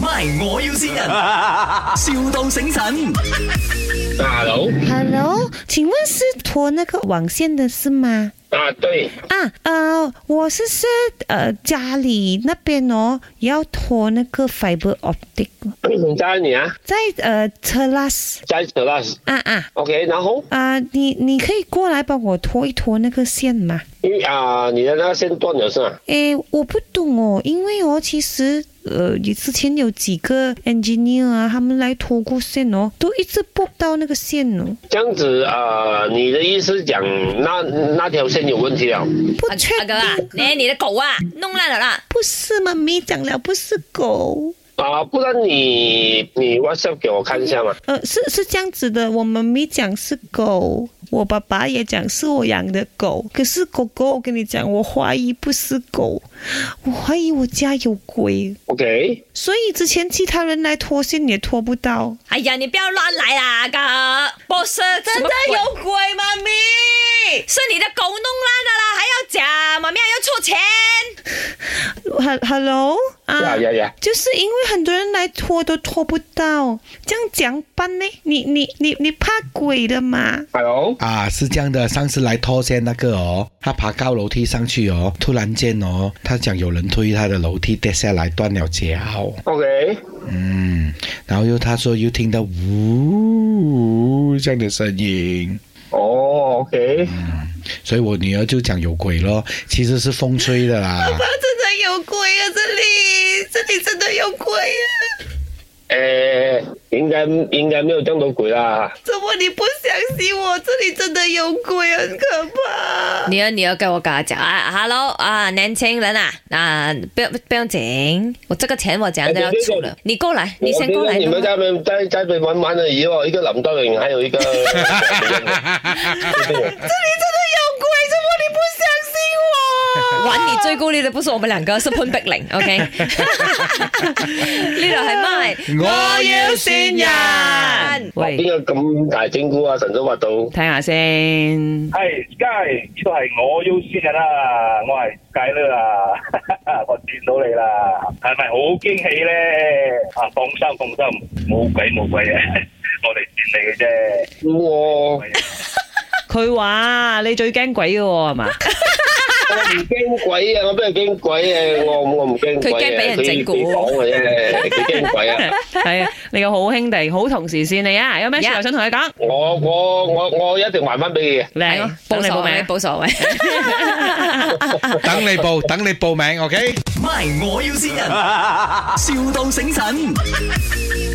，My 我要先人，,笑到醒神。大楼 Hello，请问是拖那个网线的是吗？啊， 对，啊，呃，我是是呃家里那边哦，要拖那个 fiber optic，在你啊，在呃车拉斯在扯了啊啊，OK，然后啊，你你可以过来帮我拖一拖那个线吗？因为啊，你的那个线断了是吧？诶，我不懂哦，因为哦，其实呃，也之前有几个 engineer 啊，他们来拖过线哦，都一直拨不到那个线哦，这样子啊，你的意思讲那那条线有问题了？不阿确阿哥啊，定，你你的狗啊，弄烂了啦！不是妈咪讲了，不是狗。啊，不然你你 WhatsApp 给我看一下嘛。呃，是是这样子的，我妈咪讲是狗，我爸爸也讲是我养的狗。可是狗狗，我跟你讲，我怀疑不是狗，我怀疑我家有鬼。 OK，所以之前其他人来拖线也拖不到。哎呀，你不要乱来啦，阿哥！不是，真的有鬼，妈咪，是你的狗弄烂的啦，还要讲，妈咪还要出钱。哈 Hello 啊呀呀呀，就是因为很多人来拖都拖不到，这样讲办呢？你你你你怕鬼的嘛？ ，Hello，啊，是这样的，上次来拖线那个哦，他爬高楼梯上去哦，突然间哦，他讲有人推他的楼梯跌下来断了脚， OK，嗯，然后又他说又听到呜这样的声音，哦，OK，所以我女儿就讲有鬼咯，其实是风吹的啦。真的有鬼啊！这里这里真的有鬼啊！诶、应该应该没有这样多鬼啦。怎么你不相信我？这里真的有鬼，很可怕。你要啊你要跟我跟他讲啊，Hello 啊，年轻人啊，啊，不要不要紧，我这个钱我讲都哎要出了，你过来，你先过我来觉得你弄们啊。在那边在在那边玩玩而已哦，一个冷冻人，还有一个玩你最孤立的不是我们两个，是潘碧玲，OK？呢 度系咪？我要先人喂，边個咁大整蠱啊？神都挖到，睇哎下先。系，梗係呢度係我優先嘅啦，我係計啦， 我見到你啦，係咪好驚喜咧？啊，放心放心，冇鬼冇鬼嘅， 我哋見你嘅啫。我佢话你最惊鬼嘅啊喎，系嘛？我唔驚鬼啊！我邊度驚鬼啊？我我唔驚鬼佢啊！驚俾人整蠱佢講嘅啫，佢驚鬼啊！系啊，你個好兄弟、好同事先你啊，有咩事 Yeah 又想同佢講？我我我我一定還翻俾你嘅。嚟係，等冇你所報名謂，啊。冇 所謂。等你报，等你报名，OK。 My 我要先人，,笑到醒神。